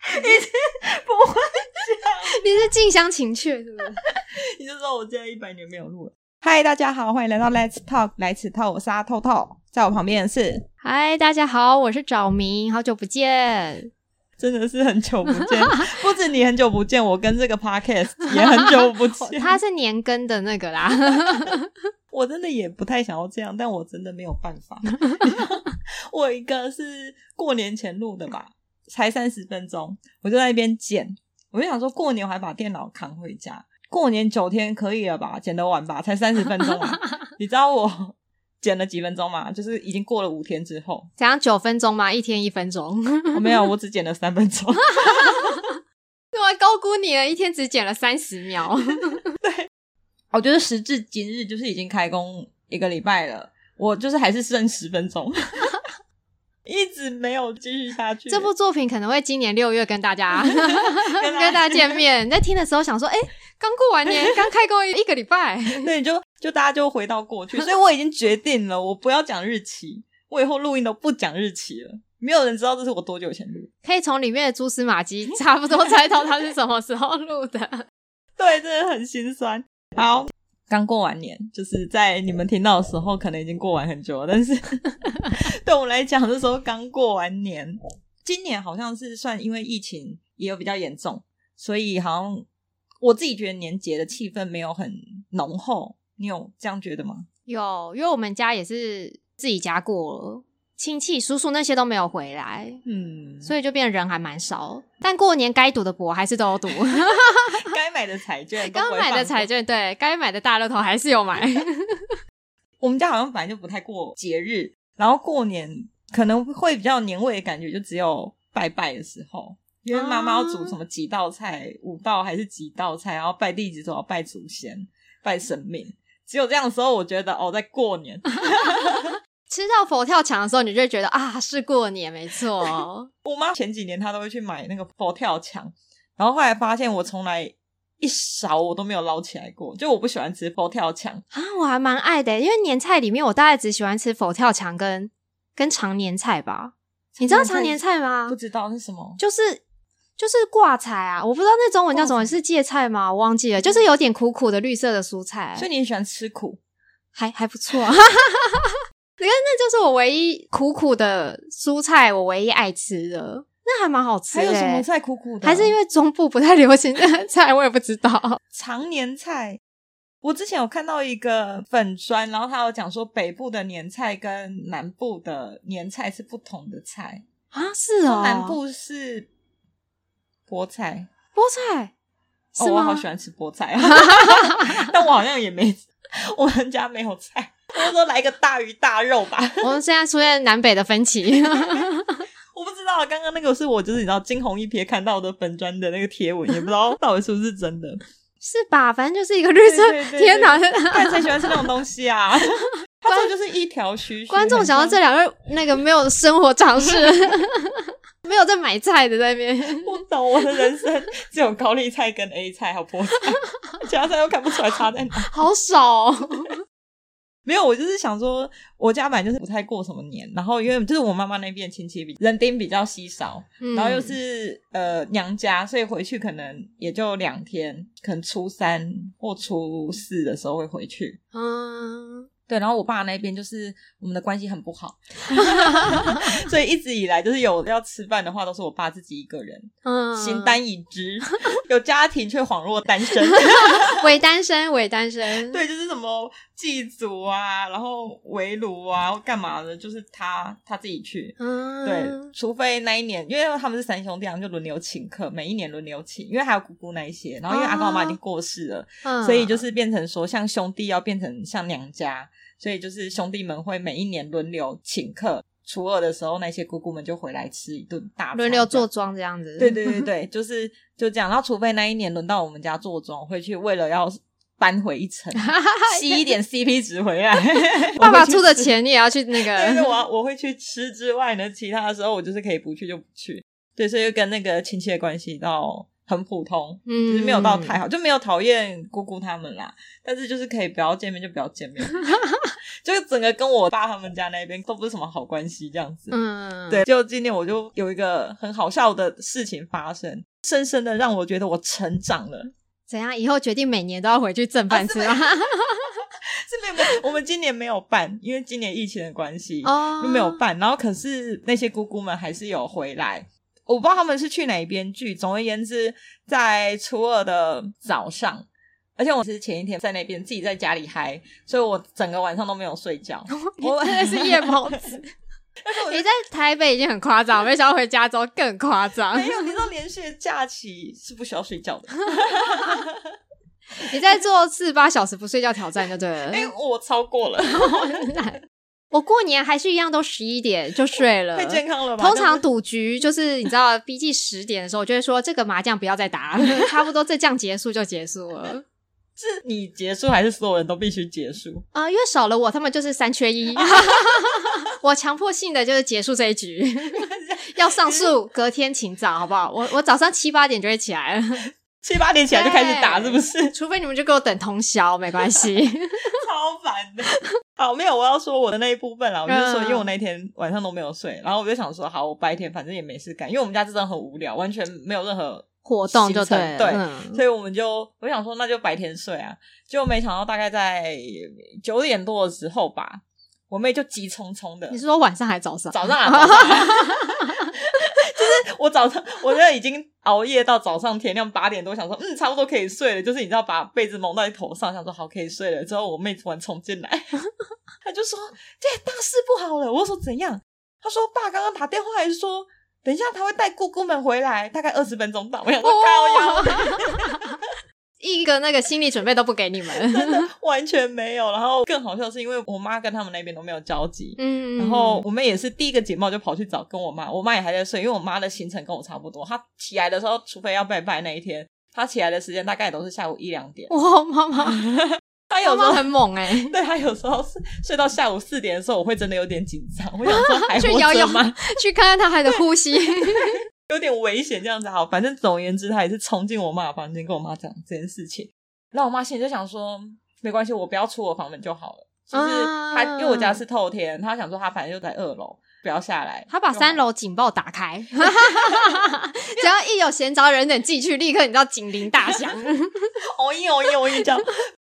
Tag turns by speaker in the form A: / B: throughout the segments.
A: 不会，
B: 你是近乡情怯是不是？
A: 你就知道我竟然一百年没有录了。嗨，大家好，欢迎来到 Let's Talk 来此透，我是阿透透，在我旁边的是
B: 嗨，大家好，我是找明，好久不见。
A: 真的是很久不见，不止你很久不见，我跟这个 podcast 也很久不见。
B: 他是年更的那个啦，
A: 我真的也不太想要这样，但我真的没有办法。 我一个是过年前录的吧，才三十分钟，我就在那边剪。我就想说，过年我还把电脑扛回家，过年九天可以了吧？剪得完吧？才三十分钟啊！你知道我 剪了几分钟吗？就是已经过了五天之后，
B: 怎样九分钟嘛，一天一分钟，
A: 我没有，我只剪了三分钟。
B: 我还高估你了，一天只剪了三十秒。
A: 我觉得时至今日，就是已经开工一个礼拜了，我就是还是剩十分钟， 一直没有继续下去。
B: 这部作品可能会今年六月跟大家
A: 跟
B: 跟大家见
A: 面。
B: 面，在听的时候想说，哎、刚过完 年，刚开工一个礼拜，
A: 那你就就大家就回到过去，所以我已经决定了，我不要讲日期，我以后录音都不讲日期了，没有人知道这是我多久前录。
B: 可以从里面的蛛丝马迹差不多猜到他是什么时候录的。
A: 对，真的很心酸。好，刚过完年，就是在你们听到的时候，可能已经过完很久了，但 是对我来讲，那时候刚过完年。今年好像是算因为疫情也有比较严重，所以好像我自己觉得年节的气氛没有很浓厚。你有这样觉得吗？
B: 有，因为我们家也是自己家过了，亲戚、叔叔那些都没有回来，
A: 嗯，
B: 所以就变得人还蛮少。但过年该赌的博还是都有 赌，
A: 该买的彩券，
B: 刚买的彩。券，对该买的大乐透还是有 买。
A: 我们家好像本来就不太过节日，然后过年可能会比较年味的感觉，就只有拜拜的时候，因为妈妈要煮什么几道菜，五道还是几道菜，然后拜地基，总要拜祖先、拜神明。只有这样的时候，我觉得哦，在过年，
B: 吃到佛跳墙的时候，你就会觉得啊，是过年没错。
A: 我妈前几年她都会去买那个佛跳墙，然后后来发现我从来一勺我都没有捞起来过，就我不喜欢吃佛跳墙，
B: 啊，我还蛮爱的，因为年菜里面我大概只喜欢吃佛跳墙跟跟常年菜吧。你知道常年菜吗
A: 不？知道是什么，
B: 就是就是挂菜啊，我不知道那中文叫什
A: 挂
B: 么，
A: 菜
B: 是芥菜吗？我忘记了，就是有点苦苦的绿色的蔬菜，
A: 所以你很喜欢吃苦。
B: 还还不错。 你看，那就是我唯一苦苦的蔬菜，我唯一爱吃的，那还蛮好吃的
A: 还有
B: 欸。
A: 什么菜苦苦的？
B: 还是因为中部不太流行这个菜，我也不知道。
A: 常年菜。我之前有看到一个粉砖，然后他有讲说北部的年菜跟南部的年菜是不同的菜，
B: 啊，是哦，
A: 说南部是菠菜，
B: 菠菜
A: 哦，
B: 是
A: 我
B: 吗？
A: 好喜欢吃菠菜， 但我好像也没，我们家没有菜，我说来个大鱼大肉吧，
B: 我们现在出现南北的分歧，
A: 我不知道，刚刚那个是我就是你知道惊鸿一瞥看到的粉砖的那个贴文，也不知道到底是不是真的，
B: 是吧？反正就是一个绿色。
A: 对对对对
B: 天哪！
A: 看谁喜欢吃那种东西啊？ 他这就是一条须须。
B: 观众想到这两个那个没有生活常识， 没有在买菜的在那边，
A: 不懂 我的人生只有高丽菜跟 A 菜还有菠菜， 其他菜都看不出来差在哪。
B: 好少、哦。
A: 没有，我就是想说，我家本来就是不太过什么年，然后因为就是我妈妈那边亲戚比人丁比较稀少，
B: 嗯
A: 然后又是呃娘家，所以回去可能也就两天，可能初三或初四的时候会回去。
B: 嗯，
A: 对，然后我爸那边就是我们的关系很不 好，所以一直以来就是有要吃饭的话，都是我爸自己一个人，
B: 嗯
A: 形单影只， 有家庭却恍若单身。
B: 伪单身，伪单身。
A: 对，就是什么祭祖啊，然后围炉啊，干嘛的，就是他他自己去。
B: 嗯，
A: 对，除非那一年，因为他们是三兄弟，他们就轮流请客，每一年轮流请，因为还有姑姑那一些，然后因为阿公阿妈已经过世了，
B: 嗯
A: 所以就是变成说，像兄弟要变成像娘家，所以就是兄弟们会每一年轮流请客。初二的时候，那些姑姑们就回来吃一顿大餐，
B: 轮流
A: 这样
B: 坐庄这样子。
A: 对对对对，就是就这样。然后，除非那一年轮到我们家做庄，回去为了要搬回一 层，吸一点 CP 值回来。
B: 爸爸
A: 我会去
B: 出的
A: 吃，
B: 钱你也要去
A: 对，
B: 那个
A: 对，我要我会去吃之外呢，其他的时候我就是可以不去就不去。对，所以就跟那个亲戚的关系到很普通，
B: 嗯
A: 就是没有到 太好，就没有讨厌姑姑他们啦。但是就是可以不要见面就不要见面，就整个跟我爸他们家那边都不是什么好关系这样子。
B: 嗯，
A: 对，就今年我就有一个很好笑的事情发生，深深的让我觉得我成长了。
B: 怎样？以后决定每年都要回去挣饭吃啊吗？
A: 是没有没有，我们今年没有办，因为今年疫情的关系，
B: 哦
A: 就啊没有办。然后可是那些姑姑们还是有回来，我不知道他们是去哪边聚。总而言之，在初二的早上，而且我是前一天在那边自己在家里嗨，所以我整个晚上都没有睡觉。
B: 哦你真的是夜猫 子。你在台北已经很夸张，没想到回加州更夸张。
A: 没有，你知道连续的假期是不需要睡觉的。
B: 你在做四十八小时不睡觉挑战就对了。
A: 哎、我超过了，
B: 我过年还是一样，都十一点就睡了
A: 太。健康了吧？
B: 嗯通常赌局就是你知道，逼近十点的时候，我就会说这个麻将不要再打了， 差不多这将结束就结束了。
A: 是你结束还是所有人都必须结束？
B: 啊、因为少了我，他们就是三缺一。 我强迫性的就是结束这一局， 要上诉，隔天请早，好不好？我我早上七八点就会起来了，
A: 七八点起来就开始打，
B: 对
A: 是不是？
B: 除非你们就给我等通宵，没关 系。
A: 超烦的。好，没有，我要说我的那一部分啦。我就是说，
B: 嗯
A: 因为我那天晚上都没有睡，然后我就想说，好，我白天反正也没事干，因为我们家真的很无聊，完全没有任何
B: 活动
A: 行
B: 就
A: 程
B: 对
A: 对
B: 了，嗯
A: 所以我们就我想说，那就白天睡啊。结果没想到大概在九点多的时候吧，我妹就急匆匆的
B: 你，是说晚上还是早上？
A: 早上啊，早上啊就是我早上，我觉得已经熬夜到早上天亮八点多，想说嗯，差不多可以睡了。就是你知道，把被子蒙到你头上，想说好可以睡了。之后我妹突然冲进来， 她就说：“这大事不好了！”我说：“怎样？”她说：“爸刚刚打电话来说，等一下他会带姑姑们回来，大概二十分钟到。”我想说，靠呀，
B: 一个那个心理准备都不给你 们。
A: 完全没有。然后更好笑的是，因为我妈跟他们那边都没有交集，
B: 嗯，
A: 然后我们也是第一个解帽就跑去找跟我妈，我妈也还在睡，因为我妈的行程跟我差不多，她起来的时候，除非要拜拜那一天，她起来的时间大概也都是下午一两点，
B: 哇，妈妈，
A: 她有
B: 妈
A: 时
B: 妈
A: 候。
B: 很猛哎、
A: 对她有时候是睡到下午四点的时候，我会真的有点紧张，我想 说还
B: 去
A: 活
B: 摇
A: 着
B: 摇
A: 吗？
B: 去看看他还的呼 吸。
A: 有点危险这样子。好，反正总而言之，她也是冲进我妈的房间跟我妈讲这件事情，然后我妈心里就想说，没关系，我不要出我房门就好了。就是她，因为我
B: 啊
A: 家是透天，她想说她反正就在二楼，不要下来。
B: 他把
A: 就好
B: 三楼警报打 开，只要一有闲杂人等进去，立刻你知道警铃 大响。
A: 哦耶哦耶哦耶这样。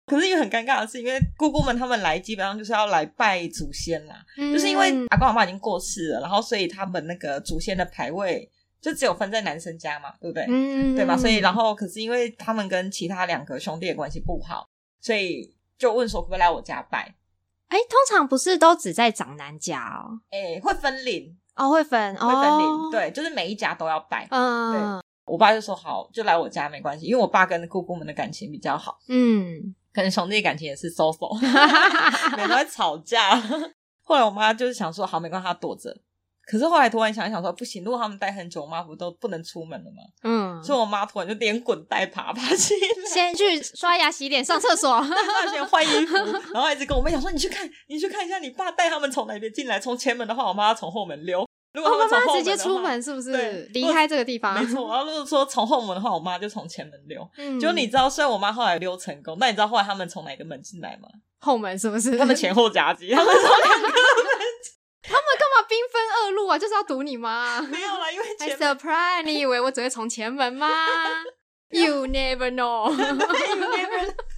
A: 可是也很尴尬的是，因为姑姑们他们来基本上就是要来拜祖先啦，就是因为
B: 嗯
A: 阿公阿妈已经过世了，然后所以他们那个祖先的牌位就只有分在男生家嘛，对不对？
B: 嗯
A: 对吧？所以然后可是因为他们跟其他两个兄弟的关系不好，所以就问说可不可以来我家拜？
B: 哎、通常不是都只在长男家哦，
A: 哎，会分领，
B: 哦会分，
A: 会分领，
B: 哦，，
A: 对，就是每一家都要拜。
B: 嗯
A: 我爸就说好，就来我家没关系，因为我爸跟姑姑们的感情比较好，
B: 嗯，
A: 可能兄弟感情也是 so so。每天都在吵架。 后来我妈就是想说，好，没关系，她躲着。可是后来突然想一想说，不行，如果他们待很久，我妈不都不能出门了吗？
B: 嗯，
A: 所以我妈突然就连滚带爬爬起来，
B: 先去刷牙、洗脸、上 厕所。哦
A: 她先换衣服，然后一直跟我妹讲说：“你去看，你去看一下，你爸带他们从哪边进来。从前门的话，我妈要从后门溜；如果
B: 哦，
A: 他
B: 妈
A: 们从后
B: 妈直
A: 门的
B: 接
A: 话
B: 出，门是不是
A: 对？
B: 离开这个地方
A: 没，错。然后如果说从后门的话，我妈就从前门溜。
B: 嗯
A: 就你知道，虽然我妈后来溜成功，但你知道后来他们从哪个门进来吗？
B: 后门是不是？
A: 他们前后夹 击，他们从两个
B: 干嘛兵分二路啊？就是要堵你吗
A: 没有啦，因为
B: 还
A: 前
B: surprise？你以为我只会从前门 吗
A: 啊
B: ？You never know 。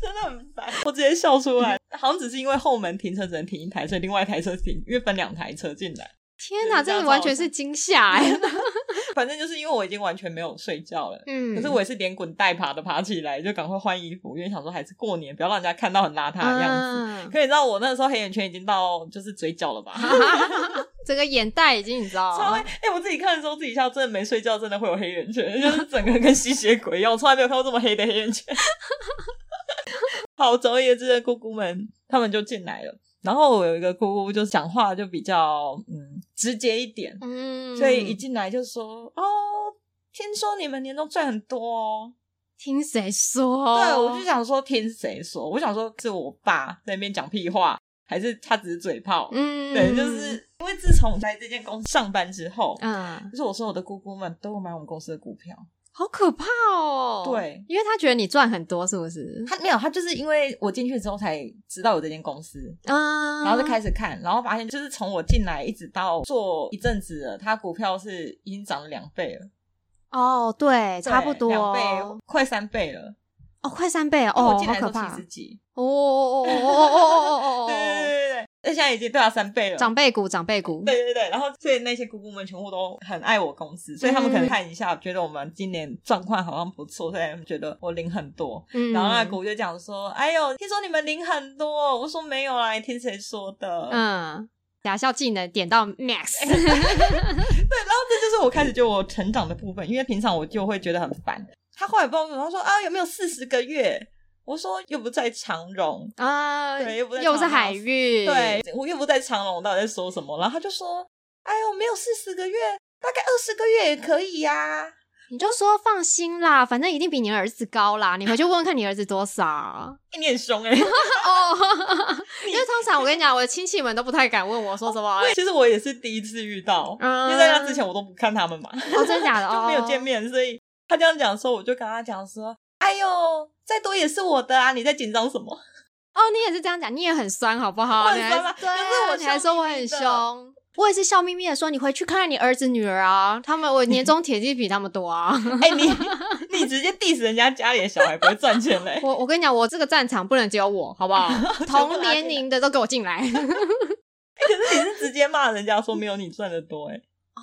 A: 真的很烦，我直接笑出来。好像只是因为后门停车只能停一台，所以另外一台车停，因为分两台车进来。
B: 天哪，
A: 对
B: 真的完全是惊吓 哎！
A: 反正就是因为我已经完全没有睡觉了，
B: 嗯，
A: 可是我也是连滚带爬的爬起来，就赶快换衣服，因为想说还是过年，不要让人家看到很邋遢的样子。
B: 样
A: 可你知道我那时候黑眼圈已经到就是嘴角了吧？
B: 子，嗯整个眼袋已经你知
A: 超会
B: 道，
A: 哎、我自己看的时候，自己笑，真的没睡觉，真的会有黑眼圈， 就是整个跟吸血鬼一样。我从来没有看过这么黑的黑眼圈。 好，总而言之，的姑姑们他们就进来了。然后我有一个姑姑，就讲话就比较嗯直接一点，
B: 嗯，
A: 所以一进来就说：“哦，听说你们年终赚很多哦。
B: 听谁说？
A: 对，我就想说听谁说？我想说是我爸在那边讲屁话，还是他只是嘴炮？
B: 嗯，
A: 对，就是因为自从来这间公司上班之后，
B: 嗯，
A: 就是我说我的姑姑们都有买我们公司的股票，
B: 好可怕哦！
A: 对，
B: 因为他觉得你赚很多，是不是？
A: 他没有，他就是因为我进去之后才知道有这间公司，
B: 啊，
A: 然后就开始看，然后发现就是从我进来一直到做一阵子了，它股票是已经涨了两倍了，
B: 哦，对，差不
A: 对
B: 多
A: 两倍，快三倍了。
B: 哦，快三倍了
A: 因为
B: 哦，
A: 我进
B: 好
A: 来
B: 可
A: 都
B: 怕
A: 七十几，
B: 哦哦哦哦哦哦哦哦哦
A: 对对
B: 哦，
A: 对对对，那现在已经对它三倍了。
B: 长辈股，长辈股，
A: 对对对，然后所以那些姑姑们全部都很爱我公司，所以他们可能看一下，觉得我们今年状况好像不错，所以他们觉得我领很多。
B: 嗯，
A: 然后那姑姑就讲说：“哎呦，听说你们领很多。”我说：“没有啦，你听谁说的？”
B: 嗯，假笑技能点到 max，
A: 对，然后这就是我开始觉得我成长的部分，因为平常我就会觉得很烦。他后来帮我们，他说：“啊，有没有四十个月？”我说：“又不在长荣。”
B: 啊，
A: 对又不在
B: 又是
A: 长
B: 海
A: 隆
B: 运，
A: 对，我又不在长隆，我到底在说什么？然后他就说：“哎呦，没有四十个月，大概二十个月也可以呀、哎
B: 你就说放心啦，反正一定比你儿子高啦，你回去问问看你儿子多少。 哦，
A: 欸你很凶哎、
B: 因为通常我跟你讲，我的亲戚们都不太敢问我说什么，
A: 其实我也是第一次遇到，
B: 嗯
A: 因为在那之前我都不看他们嘛，
B: 哦，真的假 的？
A: 就没有见
B: 哦。
A: 面，所以他这样讲的时候，我就跟他讲说：“哎呦，再多也是我的啊，你在紧张什么
B: 哦，你也是这样讲，你也很酸，好不好？
A: 我很
B: 你还
A: 酸吗
B: 对啊
A: 可是我
B: 你还
A: 笑
B: 说
A: 眯
B: 我
A: 眯
B: 很
A: 的
B: 凶，我也是笑眯眯的说，你回去看看你儿子女儿啊，他们我年终铁定比他们多啊。？”
A: 哎、 你你直接 diss 人家家里的小孩不会赚钱 嘞、哎
B: 我我跟你讲，我这个战场不能只有我，好 不好？
A: 啊
B: 同年龄的都给我进来。
A: 可是你是直接骂人家说没有你赚的多哎、
B: 哦，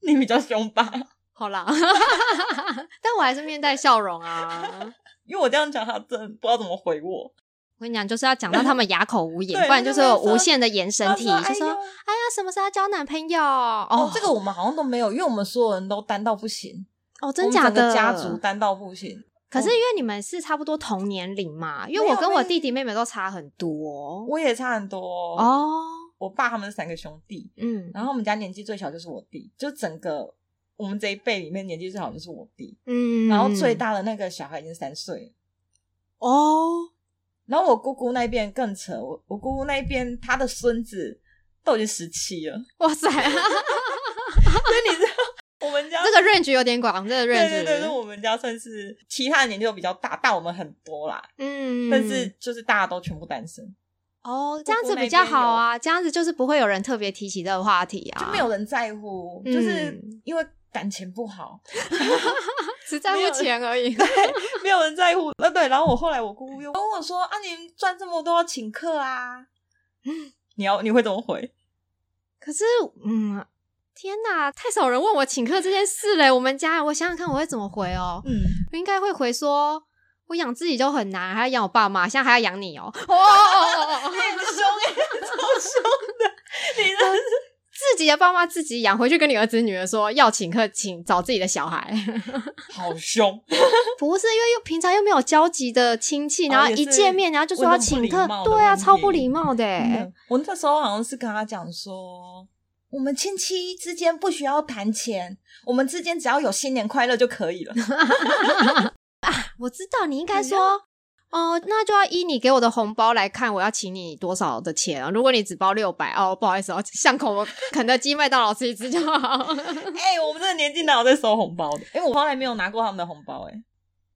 A: 你比较凶吧？
B: 好啦， 但我还是面带笑容啊。
A: 因为我这样讲，他真的不知道怎么回我。
B: 我跟你讲，就是要讲到他们哑口无 言，
A: 对
B: 不然就是有无限的延伸
A: 他
B: 题，
A: 说
B: 就说
A: 哎呦：“
B: 哎呀，什么时候要交男朋友？”
A: 哦
B: 哦，，
A: 这个我们好像都没有，因为我们所有人都单到不行，
B: 哦，
A: 我
B: 真
A: 们
B: 假
A: 整
B: 的
A: 个家族单到不行。
B: 可是因为你们是差不多同年龄嘛，因为
A: 没
B: 我
A: 有
B: 跟我
A: 没有
B: 弟弟妹妹都差很多
A: 我也差很多哦，
B: 哦，
A: 我爸他们是三个兄弟，
B: 嗯
A: 然后我们家年纪最小就是我弟，就整个我们这一辈里面年纪最小就是我弟，
B: 嗯，
A: 然后最大的那个小孩已经三岁了。
B: 哦，
A: 然后我姑姑那边更扯，我我姑姑那边她的孙子都已经十七了，
B: 哇塞，
A: 所以你知道我们家
B: 这个 range 有点广，这个 range
A: 对对对，就是我们家算是其他的年纪都比较大，大我们很多啦，
B: 嗯，
A: 但是就是大家都全部单身，
B: 哦，
A: 姑
B: 这样子
A: 那
B: 比较
A: 边
B: 好啊，这样子就是不会有人特别提起这个话题啊，
A: 就没有人在乎，
B: 嗯
A: 就是因为感情不好，
B: 只在乎
A: 没有
B: 钱 而已。
A: 没有人在乎。呃，对，然后我后来我姑姑又跟我说：“啊，你赚这么多要请客啊？”你要你会怎么回？
B: 可是，嗯，天哪，太少人问我请客这件事嘞。我们家，我想想看，我会怎么回哦？
A: 嗯，
B: 我应该会回说，我养自己就很难，还要养我爸妈，现在还要养你 哦。哦哦哦哦哦
A: 你，很凶哎、超凶的，你真的是
B: 自己的爸妈自己养，回去跟你儿子女儿说要请客，请找自己的小孩。
A: 好凶，
B: 不是因为又平常又没有交集的亲戚，
A: 哦
B: 然后
A: 也
B: 一
A: 是
B: 见面，然后就说要请
A: 为
B: 客
A: 什么，不礼貌的
B: 对啊，
A: 问题
B: 超不礼貌的欸。
A: 嗯我那时候好像是跟他讲说，我们亲戚之间不需要谈钱，我们之间只要有新年快乐就可以了。
B: 我知道你应该
A: 怎
B: 说，哦、那就要依你给我的红包来看，我要请你多少的钱啊？如果你只包六百，哦，不好意思哦，巷口我肯德基、麦当劳吃一次就好。
A: 哎、我们这个年纪哪有在收红包的？因为我从来没有拿过他们的红包、哎，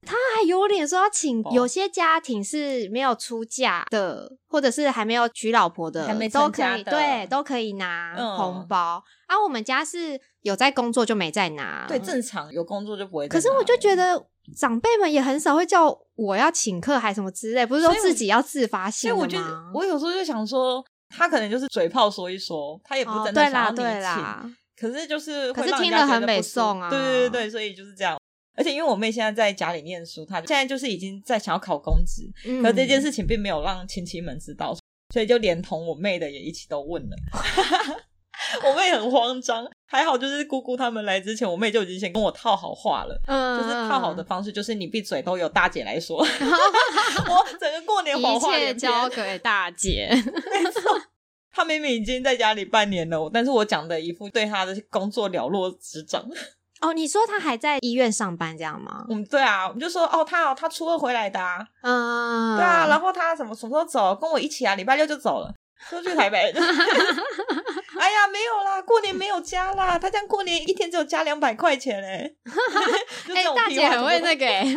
B: 他还有脸说要请，
A: 哦
B: 有些家庭是没有出嫁的，或者是还没有娶老婆的，
A: 还没
B: 都
A: 成
B: 可
A: 家
B: 以，
A: 的
B: 对，都可以拿
A: 嗯
B: 红包。啊，我们家是有在工作就没再拿，
A: 对，正常有工作就不会再拿
B: 嗯可
A: 了。
B: 是我就觉得长辈们也很少会叫我要请客，还什么之类，不是说
A: 所以我
B: 自己要自发性
A: 所以
B: 的吗？
A: 我就我有时候就想说，他可能就是嘴炮说一说，他也不是
B: 哦，
A: 真
B: 对
A: 的想
B: 啦
A: 要你请，
B: 对啦，
A: 可是就是
B: 可
A: 会
B: 是
A: 让人
B: 听
A: 家
B: 了
A: 觉
B: 很
A: 得
B: 美
A: 不舒服
B: 颂啊
A: 对对对对，所以就是这样。而且因为我妹现在在家里念书，她现在就是已经在想要考公职，
B: 嗯
A: 可这件事情并没有让亲戚们知道，所以就连同我妹的也一起都问了。 我妹很慌张，还好就是姑姑他们来之前，我妹就已经先跟我套好话了。
B: 嗯，
A: 就是套好的方式，就是你闭嘴都有大姐来 说。我整个过年
B: 嗯，
A: 谎
B: 一
A: 话
B: 切
A: 连篇，
B: 交给大姐。
A: 他明明已经在家里半年了，但是我讲的一副对他的工作了若指掌。
B: 哦，你说她还在医院上班这样吗？
A: 嗯，对啊，我们就说哦，他哦，他初二回来的啊，
B: 嗯，
A: 对啊啊，然后他什么什么时候走，跟我一起啊，礼拜六就走了，说去台北。 哎呀，没有啦，过年没有加啦，他这样过年一天只有加两百块钱 嘞、就这
B: 哎、
A: 种
B: 大
A: 屁
B: 姐
A: 话
B: 很会
A: 怎么
B: 那个、欸，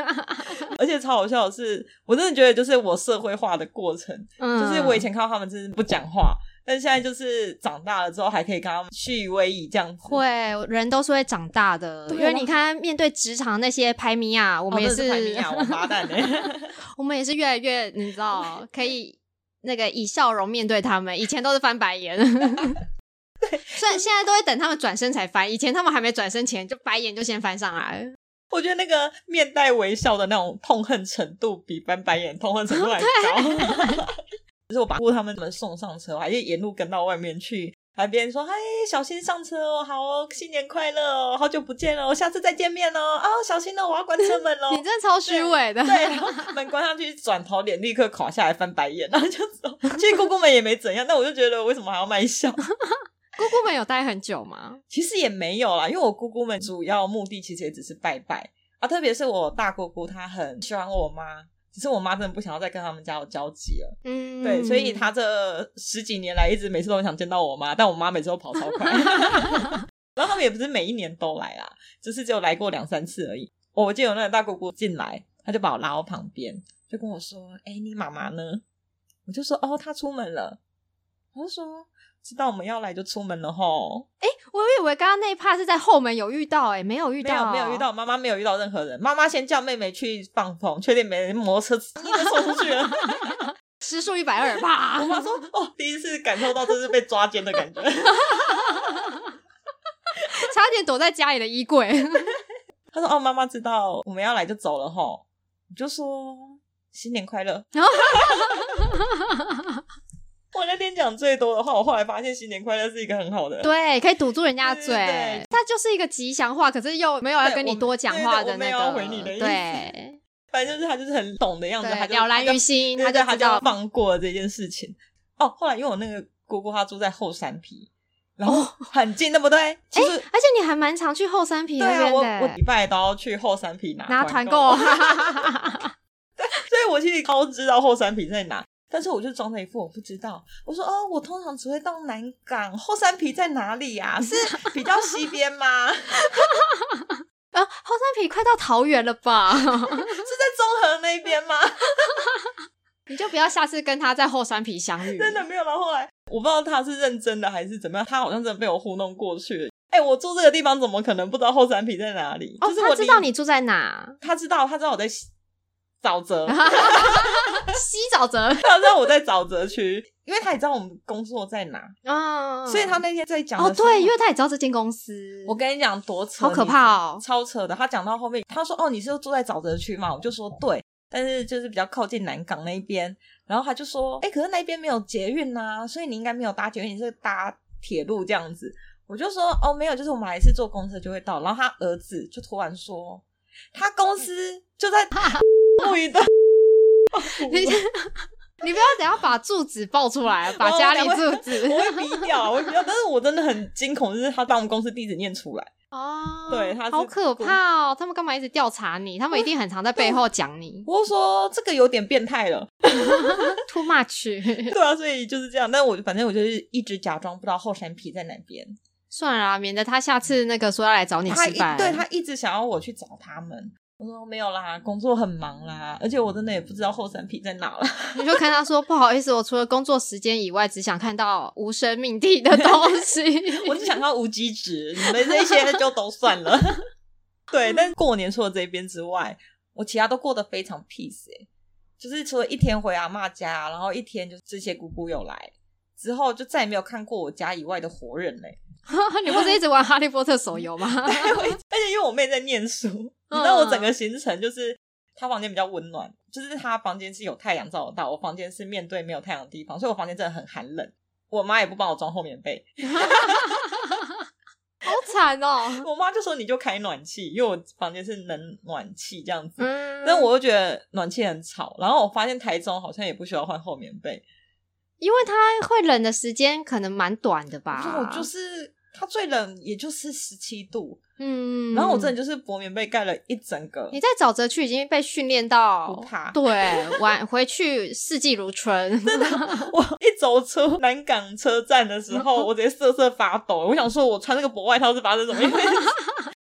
A: 而且超好笑的是，我真的觉得就是我社会化的过程，
B: 嗯，
A: 就是我以前看到他们真是不讲话，但现在就是长大了之后还可以跟他们虚与委蛇这样子。哦
B: 会人都是会长大的，因
A: 对
B: 为
A: 啦
B: 你看面对职场那些排名啊，我
A: 我
B: 们也
A: 是排名啊王八蛋嘞、
B: 我们也是越来越，你知道，可以那个以笑容面对他们。以前都是翻白眼， 虽然现在都会等他们转身才翻，以前他们还没转身前就白眼就先翻上来了。
A: 我觉得那个面带微笑的那种痛恨程度，比翻白眼痛恨程度还高。 就是我把他们们送上车，我还就沿路跟到外面去，还别人说：“哎，小心上车哦，好哦，新年快乐哦，好久不见了，下次再见面哦，啊、小心哦，我要关车门喽。”
B: 你真的超虚伪的，
A: 对，然后门关上去，转头脸立刻垮下来，翻白眼，然后就走。其实姑姑们也没怎样，但我就觉得为什么还要卖笑？
B: 姑姑们有待很久吗？
A: 其实也没有啦，因为我姑姑们主要目的其实也只是拜拜啊，特别是我大姑姑，她很喜欢我妈。只是我妈真的不想要再跟他们家有交集了，
B: 嗯，
A: 对，所以她这十几年来一直每次都很想见到我妈，但我妈每次都跑超快，然后他们也不是每一年都来啦，就是只有来过两三次而已。我记得有那个大姑姑进来，她就把我拉到旁边，就跟我说：“哎、你妈妈呢？”我就说：“哦，她出门了。”我就说：“知道我们要来就出门了吼。”
B: 我以为刚刚那一趴是在后门有遇到、欸，哎，没有遇
A: 没
B: 到，
A: 有没有遇。到，妈妈没有遇到任何人。妈妈先叫妹妹去放风，确定没人，摩托车一的送出去了。
B: 时速一 百二，啪！
A: 我妈说：“哦，第一次感受到这是被抓奸的感觉。
B: 差点躲在家里的衣柜。”
A: 她说：“哦，妈妈知道我们要来就走了吼。”我就说：“新年快 乐。”
B: 然后
A: 我那天讲最多的话，我后来发现“新年快乐”是一个很好的。
B: 对，可以堵住人家的
A: 对
B: 嘴
A: 对对，
B: 它就是一个吉祥话，可是又没有要
A: 对
B: 跟
A: 我
B: 你
A: 没
B: 多讲
A: 对对
B: 话
A: 我
B: 的
A: 没
B: 那
A: 有
B: 个
A: 要回你的，意思
B: 对
A: 反正就是她就是很懂的样子，她
B: 对，
A: 就
B: 了然于心，
A: 对对，
B: 就
A: 他
B: 知
A: 就要
B: 道，
A: 放过这件事情。哦，后来因为我那个姑姑她住在后山皮，然
B: 哦
A: 后很近，对不对？其实、
B: 而且你还蛮常去后山皮
A: 对
B: 那
A: 啊，
B: 边的
A: 我
B: 欸，
A: 我礼拜都要去后山皮拿
B: 拿
A: 团
B: 团购，
A: 所以我其实超知道后山皮在哪。但是我就装成一副我不知道，我说哦，我通常只会到南港，后山皮在哪里 呀、是比较西边吗？是
B: 呃，后山皮快到桃园了吧？
A: 在中和那边吗？
B: 你就不要下次跟他在后山皮相遇，
A: 真的没有然后后来我不知道他是认真的还是怎么样，他好像真的被我糊弄过去了。哎、我住这个地方怎么可能不知道后山皮在哪里？
B: 哦
A: 就是，我
B: 他知道
A: 离
B: 你啊住在哪，
A: 他知道，他知道我在西沼 泽，
B: 西沼泽，
A: 他知道我在沼泽区，因为他也知道我们工作在哪，
B: 嗯，
A: 所以他那天在讲的
B: 哦
A: 时候
B: 对，因为他也知道这间公司，
A: 我跟你讲多扯，
B: 好可怕哦
A: 你知道超扯的。他讲到后面，他说：“哦，你是住在沼泽区嘛？”我就说：“对。”但是就是比较靠近南港那一边，然后他就说：“哎、可是那边没有捷运呐、所以你应该没有搭捷运，你是搭铁路这样子。”我就说：“哦，没有，就是我们还是坐公车就会到。”然后他儿子就突然说：“他公 司就在木一段。”
B: 你 你不要等一下把住址报出 来，啊把
A: 哦
B: 家
A: 两
B: 里
A: 位
B: 住址
A: 我会逼掉，我会逼掉，但是我真的很惊恐，就是他把我们公司地址念出来，
B: 哦，
A: 对他是
B: 好可
A: 故
B: 怕哦！他们干嘛一直调查
A: 嗯
B: 你？他们一定很常在背后讲你
A: 我就说这个有点变态了，
B: ，too much。
A: 对啊，所以就是这样。但我就反正我就是一直假装不知道后山皮在哪边。
B: 算了啊，免得他下次那个说要来找你
A: 他
B: 吃
A: 一
B: 饭。
A: 对他一直想要我去找他们，我说没有啦，工作很忙啦，而且我真的也不知道后山皮在哪了。
B: 你就跟他说不好意思，我除了工作时间以外，只想看到无生命体的东 西。
A: 我只想要无机值，你们这些就都算了。 对，但是过年除了这边之外，我其他都过得非常 peace 欸就是除了一天回阿嬷家，然后一天就是这些姑姑有来之后，就再也没有看过我家以外的活人嘞、
B: 你不是一直玩哈利波特手游吗？
A: 对， 我一而且因为我妹在念书，你知道我整
B: 嗯
A: 个行程就是她房间比较温暖，就是她房间是有太阳照得到，我房间是面对没有太阳的地方，所以我房间真的很寒冷。我妈也不帮我装厚棉被，
B: 好 惨哦。
A: 我妈就说你就开暖气，因为我房间是冷暖气这样子。
B: 嗯，
A: 但我又觉得暖气很吵，然后我发现台中好像也不需要换厚棉被，
B: 因为他会冷的时间可能蛮短的吧
A: 我，说我就是。它最冷也就是十七度，
B: 嗯，
A: 然后我真的就是薄棉被盖了一整个
B: 你，在沼泽区已经被训练到
A: 不怕
B: 对，晚回去四季如春，
A: 我一走出南港车站的时候，我直接瑟瑟发抖。我想说，我穿那个薄外套是发生什么事？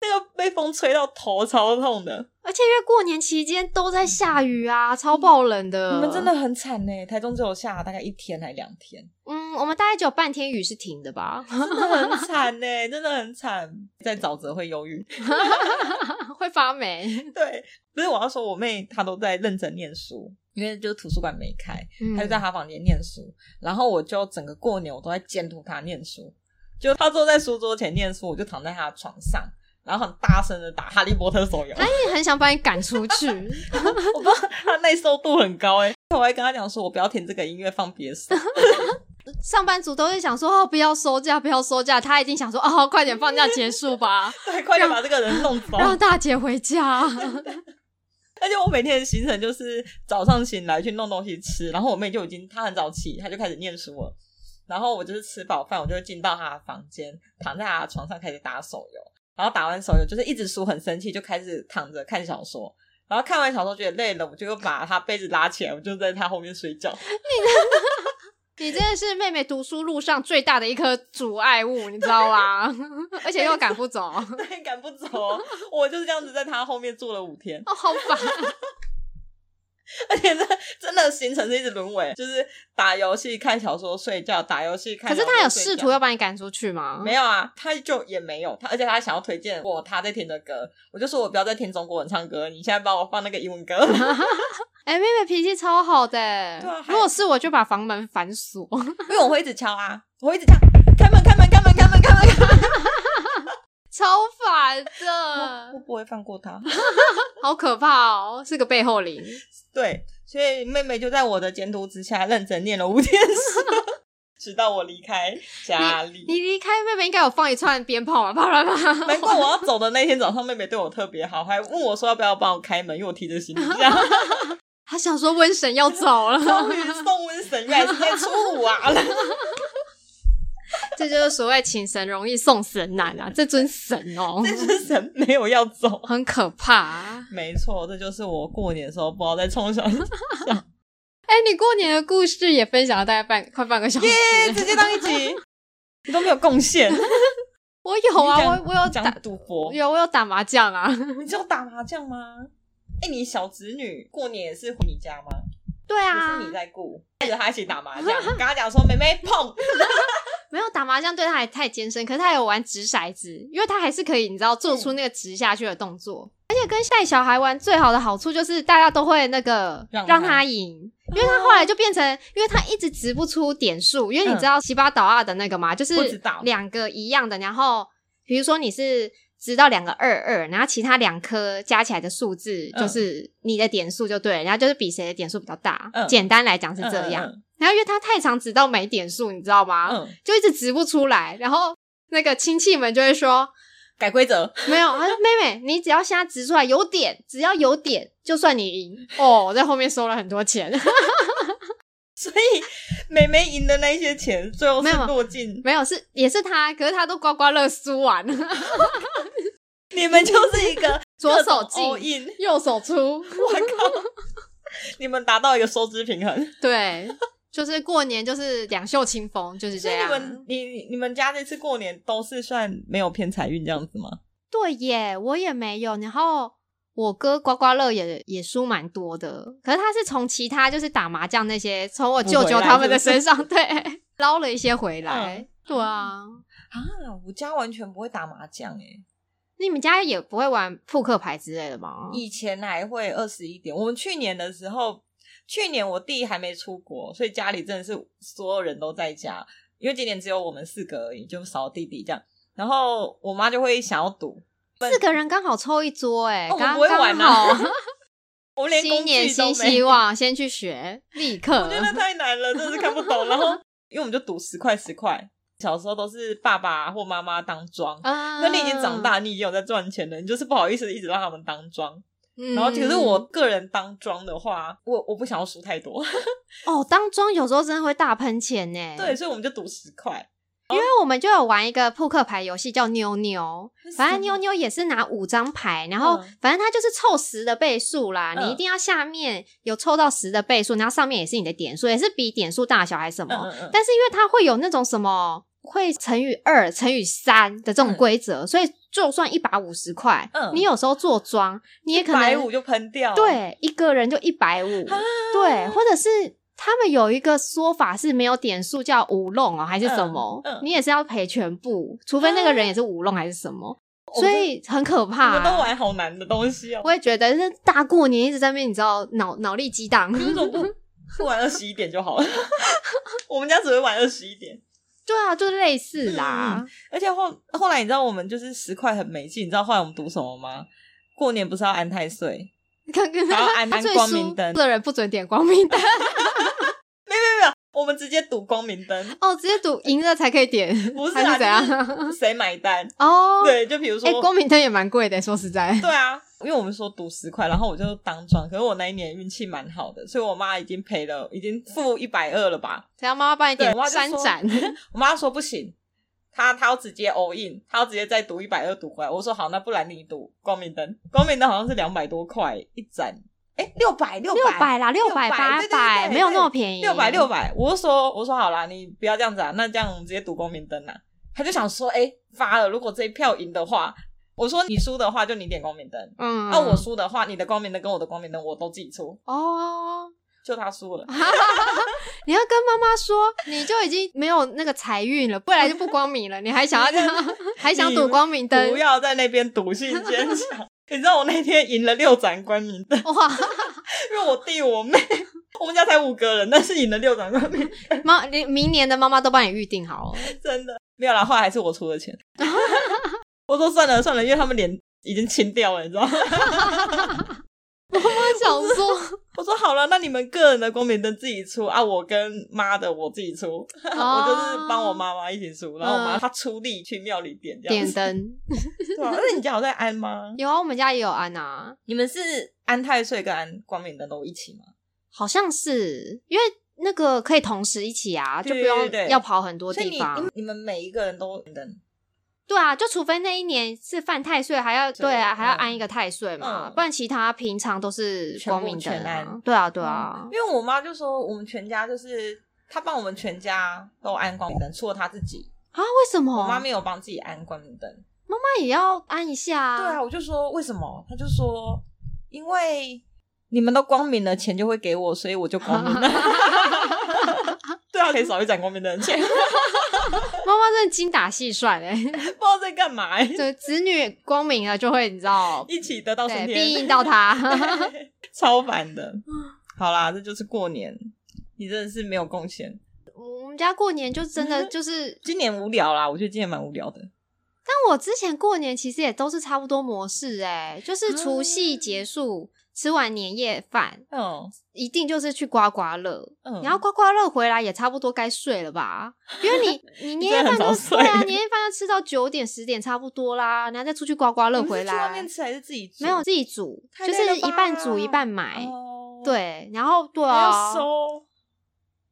A: 那个被风吹到头超痛的，
B: 而且因为过年期间都在下雨啊，超爆冷的。
A: 嗯你们真的，很惨呢。台中只有下大概一天还两天，
B: 嗯，我们大概只有半天雨是停的 吧，
A: 真的很惨呢，真的很惨。在沼泽会忧郁，
B: 会发霉。
A: 对，不是我要说，我妹她都在认真念书，因为就是图书馆没开，她嗯
B: 嗯
A: 就在她房间念书。然后我就整个过年我都在监督她念书，就她坐在书桌前念书，我就躺在她的床上，然后很大声的打《哈利波特》手游。
B: 他也很想把你赶出去，
A: 我不知道他耐受度很高哎、我还跟他讲说，我不要听这个音乐，放别首。
B: 上班族都会想说哦，不要收假，不要收假。他一定想说哦，快点放假结束 吧，
A: 对，快点把这个人弄 走。
B: 让大姐回家。
A: 而且我每天的行程就是早上醒来去弄东西吃，然后我妹就已经她很早起，她就开始念书了。然后我就是吃饱饭，我就会进到她的房间，躺在她的床上开始打手游。然后打完手游就是一直输，很生气，就开始躺着看小说。然后看完小说觉得累了，我就又把她被子拉起来，我就在她后面睡觉。
B: 你真的是妹妹读书路上最大的一颗阻碍物，你知道吗？ 而且又赶不走，哦，
A: 对，赶不走，哦我就是这样子在她后面坐了五天。
B: 哦好烦。
A: 而且这真的行程是一直轮回，就是打游戏、看小说、睡觉，打游戏、看
B: 可
A: 小
B: 是
A: 说。
B: 他有
A: 睡
B: 试
A: 觉
B: 图要把你赶出去吗？
A: 没有啊？他就也没有他，而且他想要推荐我他在听的歌，我就说我不要再听中国人唱歌，你现在帮我放那个英文歌。
B: 哎、妹妹脾气超好的、
A: 对啊还
B: 如果是我就把房门反锁。
A: 因为我会一直敲啊，我会一直敲，开门开门开门开门开门，开门
B: 超烦的，
A: 我不会放过他。
B: 好可怕哦，是个背后灵。
A: 对，所以妹妹就在我的监督之下认真念了五天书， 直到我离开家里。
B: 你离开妹妹应该有放一串鞭炮吧？啪啦啪啦，
A: 难怪我要走的那天早上，妹妹对我特别好，还问我说要不要帮我开门，因为我提着行李箱。
B: 他想说瘟神要走了，
A: 终于送瘟神，原来是在初五啊！
B: 这就是所谓请神容易送神难啊，这尊神哦，
A: 这只神没有要走。
B: 很可怕、啊
A: 没错，这就是我过年的时候不知道在冲什 么，
B: 哎、你过年的故事也分享了大概半快半个小时。
A: 直接当一集，你都没有贡献。
B: 我有啊，
A: 你讲
B: 我我有
A: 讲
B: 打，
A: 赌博，
B: 有我有打麻将 啊。
A: 你只有打麻将吗？哎、你小侄女过年也是回你家吗？
B: 对啊，
A: 不是你在顾，带着她一起打麻 将，跟她讲说妹妹碰，
B: 没有打麻将对他也太艰深，可是他有玩掷骰子，因为他还是可以，你知道做
A: 嗯
B: 出那个掷下去的动作。而且跟带小孩玩最好的好处就是大家都会那个
A: 让他
B: 让他赢，因为他后来就变成，因为他一直值不出点数，因为你知道七八倒二的那个嘛，就
A: 我嗯知
B: 是
A: 道
B: 两个一样的，然后比如说你是。直到两个二二，然后其他两颗加起来的数字
A: 嗯
B: 就是你的点数就对了，然后就是比谁的点数比较大。
A: 嗯
B: 简单来讲是这样。
A: 嗯
B: 然后因为他太常直到没点数，你知道吗？
A: 嗯，嗯
B: 就一直直不出来，然后那个亲戚们就会说
A: 改规则，：“
B: 没有，啊，妹妹，你只要现在直出来有点，只要有点，就算你赢。”哦，我在后面收了很多钱，
A: 所以妹妹赢的那一些钱，最后
B: 没
A: 是
B: 有
A: 落进
B: 没有是也是他，可是他都刮刮乐输完了，
A: 你们就是一个
B: 左
A: 各
B: 手
A: 种 all
B: 进
A: in
B: 右手出，
A: 我靠！你们达到一个收支平衡，
B: 对，就是过年就是两袖清风，就是这
A: 所以你
B: 样
A: 们。你你你们家这次过年都是算没有偏财运这样子吗？
B: 对耶，我也没有，然后。我哥刮刮乐也也输蛮多的，可是他是从其他就是打麻将那些，从我舅
A: 补回
B: 舅
A: 来
B: 他们的
A: 是不
B: 身
A: 是
B: 上 对捞了一些回来。
A: 嗯
B: 对啊，
A: 啊，我家完全不会打麻将欸诶、
B: 你们家也不会玩扑克牌之类的吗？
A: 以前还会二十一点。我们去年的时候，去年我弟还没出国，所以家里真的是所有人都在家，因为今年只有我们四个而已，就少弟弟这样。然后我妈就会想要赌，
B: 四个人刚好抽一桌、哎、
A: 哦我
B: 刚
A: 不会玩
B: 刚
A: 啊
B: 好。
A: 我们连
B: 新
A: 工
B: 年
A: 具
B: 新
A: 都没
B: 希
A: 有。
B: 望，先去学，立刻。
A: 我觉得太难了，真是看不懂。然 后因为我们就赌十块十块，小时候都是爸爸或妈妈当庄。
B: 啊
A: 那你已经长，大，你已经有在赚钱了，你就是不好意思一直让他们当庄。
B: 嗯
A: 然后，其实我个人当庄的话，我我不想要输太多，
B: 嗯哦，当庄有时候真的会大喷钱呢、
A: 对，所以我们就赌十块。
B: 因为我们就有玩一个扑克牌游戏叫妞妞，
A: 那是
B: 反
A: 什
B: 正妞
A: 么
B: 妞也是拿五张牌，然后
A: 嗯
B: 反正它就是凑十的倍数啦，
A: 嗯
B: 你一定要下面有凑到十的倍数，然后上面也是你的点数，也是比点数大小还是什么，
A: 嗯 嗯嗯
B: 但是因为它会有那种什么会乘以二、乘以三的这种
A: 嗯
B: 规则，所以就算一百五十块，
A: 嗯
B: 你有时候做庄，你也可能
A: 百五就喷掉，，啊
B: 对一个人就一百五，对，或者是。他们有一个说法是没有点数叫五弄哦，还是什么？
A: 嗯嗯
B: 你也是要赔全部，除非那个人也是五弄还是什么，所以很可
A: 哦我
B: 怕、
A: 们都玩好难的东西 哦。
B: 我也觉得，那大过年一直在那边，你知道脑脑力激荡。
A: 你为什么不不玩二十一点就好了？ 我们家只会玩二十一点，
B: 对啊，就是类似啦。
A: 而且后后来你知道我们就是十块很没劲，你知道后来我们赌什么吗？过年不是要安太岁？
B: 看看
A: 然后按
B: 他
A: 按
B: 最
A: 光
B: 输
A: 明灯
B: 的人不准点光明灯
A: 我们直接赌光明灯，
B: 哦，直接赌赢了才可以点，
A: 不是
B: 还
A: 啊，
B: 是怎样？
A: 就是谁买 单？
B: 哦，
A: 对，就比如说
B: 哎，，光明灯也蛮贵的，说实在，
A: 对啊，因为我们说赌十块，然后我就当庄，可是我那一年运气蛮好的，所以我妈已经赔了，已经负一百二了吧？
B: 只要妈妈帮你点
A: 对我妈就
B: 三
A: 说
B: 盏，
A: 我妈说不行，她她要直接 all in，她要直接再赌一百二赌回来。我说好，那不然你赌光明灯，光明灯好像是两百多块一盏，哎，六百六
B: 六
A: 百。
B: 百啦，六百八
A: 对对对
B: 百，
A: 对
B: 没有那么便宜，
A: 六百六百，我就说我说好啦，你不要这样子啊，那这样我们直接赌光明灯啊。她就想说，哎、发了，如果这一票赢的话，我说你输的话就你点光明灯，
B: 嗯，
A: 那、啊我输的话，你的光明灯跟我的光明灯我都自己出，
B: 哦，
A: 就她输了。
B: 你要跟妈妈说，你就已经没有那个财运了，不然就不光明了，你 还想要这样， 还想赌光明灯
A: 不，要在那边赌性坚强。 你知道我那天赢了六盏光明灯，
B: 哇，
A: 因为我弟我妹，我们家才五个人，但是赢了六盏光明，
B: 妈，你明年的妈妈都帮你预定好了，
A: 真的没有啦。后来还是我出的 钱，我说算了算了，因为他们脸已经青掉了，你知道吗？
B: 我想说，
A: 我说好了，那你们个人的光明灯自己出啊，我跟妈的我自己出，
B: 哦
A: 我就是帮我妈妈一起出，然后我妈
B: 嗯
A: 她出力去庙里点这样
B: 点
A: 子。
B: 灯，
A: 对 啊，那你家有在安吗？
B: 有啊，我们家也有安啊，
A: 你们是安太岁跟安光明灯都一起吗？
B: 好像是因为那个可以同时一起啊，就
A: 对
B: 不用
A: 对对
B: 要跑很多
A: 所以
B: 地
A: 你
B: 方
A: 你。你们每一个人都灯，
B: 对啊，就除非那一年是犯太岁，还要对啊，
A: 对
B: 还要安一个太岁嘛，
A: 嗯
B: 不然其他平常都是
A: 全部
B: 光明灯
A: 全
B: 啊
A: 安。嗯
B: 对啊，对啊
A: 因，为我妈就说我们全家就是她帮我们全家都安光明灯，除了她自己，
B: 啊，为什么
A: 我妈
B: 妈
A: 没有帮自己安光明灯。
B: 妈也要安一下
A: 对
B: 啊？
A: 啊，我就说为什么？她就说因为你们都光明了，钱就会给我，所以我就光明 了。 对啊，可以少一盏光明灯的钱，不 知
B: 妈妈真的精打细算 哎，
A: 道在干嘛、欸，
B: 对，子女光明了就会你知 道，
A: 一起得到
B: 对，
A: 升
B: 庇应
A: 天，
B: 到他。
A: 超烦的。好啦，这就是过年，你真的是没有贡献。
B: 我们家过年就真的就是
A: 今年无聊啦，我觉得今年蛮无聊的。
B: 但我之前过年其实也都是差不多模式哎、就是除夕结束、吃完年夜饭，
A: 嗯
B: 一定就是去刮刮乐，
A: 嗯，
B: 然后刮刮乐回来也差不多该睡了吧？因为 你你年夜饭
A: 真的
B: 都
A: 很早
B: 对啊，
A: 睡
B: 年夜饭要吃到九点十点差不多啦，然后再出去刮刮乐
A: 你们
B: 回
A: 是去外面
B: 来，
A: 吃还是自己煮？哦
B: 没有自己煮，
A: 太
B: 就
A: 累了
B: 是一半
A: 吧
B: 煮一半买，
A: 哦，
B: 对，然后对
A: 还
B: 啊
A: 要，收。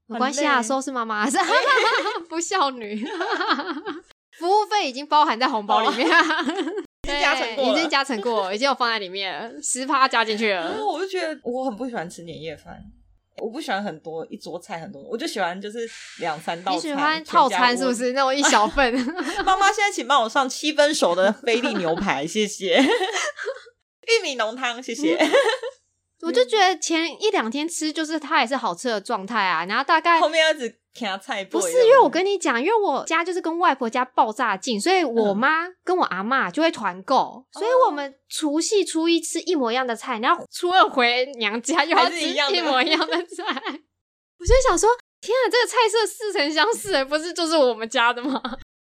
B: 没
A: 很
B: 关系啊，
A: 累
B: 收拾妈 妈， 不孝女， 服务费已经包含在红包里面。
A: 哦已经加成过
B: 对
A: 了哦
B: 已经加成过了，已经有放在里面了，十趴加进去
A: 然
B: 了。
A: 后我就觉得我很不喜欢吃年夜饭，我不喜欢很多一桌菜很多，我就喜欢就是两三道菜。
B: 你喜欢套
A: 全家
B: 餐是不是？那种一小份，
A: 我？ 妈妈现在请帮我上七分熟的菲力牛排，谢谢。 玉米浓汤，谢谢。
B: 我
A: 嗯
B: 就觉得前一两天吃就是它也是好吃的状态啊，然后大 概
A: 后面要一直夹菜
B: 不
A: 不
B: 是因为我跟你讲，因为我家就是跟外婆家爆炸近，所以
A: 嗯
B: 我
A: 哦
B: 妈跟我阿嬷就会团购，所以我们除夕初一吃一模一样的菜，然后初二回娘家又要
A: 还
B: 吃
A: 是一样的
B: 一模一样的菜， 我就想说，天啊，这个菜色似曾相识，欸不是就是我们家的吗？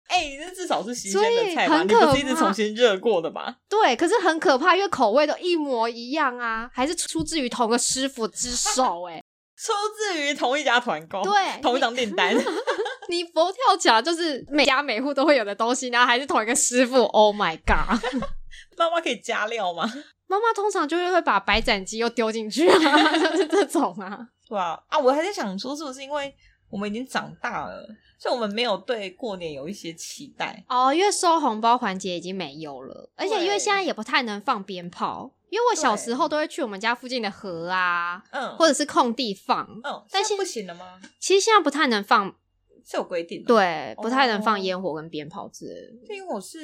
A: 哎，你这至少是新鲜
B: 所以
A: 的菜吧？
B: 很
A: 你
B: 可
A: 不是一直
B: 怕
A: 重新热过的吧？
B: 对，可是很可怕，因为口味都一模一样啊，还是出自于同个师傅之手、欸。
A: 出自于同一家团购，
B: 对
A: 同一张订 单。
B: 你佛跳墙就是每家每户都会有的东西，然后还是同一个师傅。Oh my god！
A: 妈妈可以加料吗？
B: 妈妈通常就是会把 白斩鸡又丢进去啊，就是这种啊。
A: 对啊，啊，我还在想说，是不是因为我们已经长大了，所以我们没有对过年有一些期待。
B: 哦，因为收红包环节已经没有了，而且因为
A: 对
B: 现在也不太能放鞭炮，因为我小时候都会去我们家附近的河啊，
A: 嗯，
B: 或者是空地放。
A: 嗯，
B: 但
A: 但
B: 现
A: 不行了吗？
B: 其实现在不太能放，
A: 是有规定的，，
B: 对，不太能
A: 哦
B: 放烟火跟鞭炮之类的，
A: 就因为我是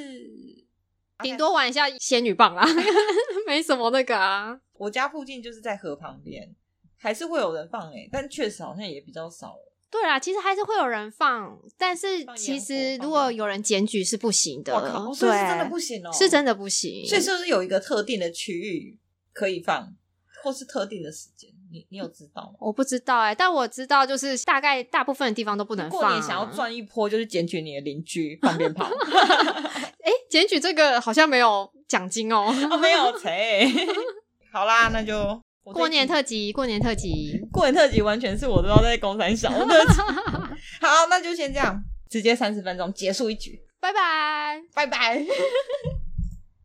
B: 顶多玩一下仙女棒啦， 没什么那个啊。
A: 我家附近就是在河旁边，还是会有人放哎、但确实好像也比较少了。
B: 对啦，其实还是会有人放，但是
A: 放烟火
B: 其实
A: 放
B: 如果
A: 烟
B: 有人检举是不行的，
A: 我靠，所以是真的不
B: 呃对，
A: 行哦、
B: 是真的不行。
A: 所以是不是有一个特定的区域可以放，或是特定的时间？你你有知道吗？
B: 我不知道哎、但我知道就是大概大部分的地方都不能放。啊
A: 过年想要赚一波，就是检举你的邻居放鞭炮。
B: 哎，检举这个好像没有奖金哦。
A: 哦，没 有谁。好啦，那就我这一
B: 过年
A: 集
B: 特辑，过年特辑，
A: 过年特辑完全是我都要在公山小我 特辑。好，那就先这样，直接三十分钟结束一局，
B: 拜拜。
A: 拜拜。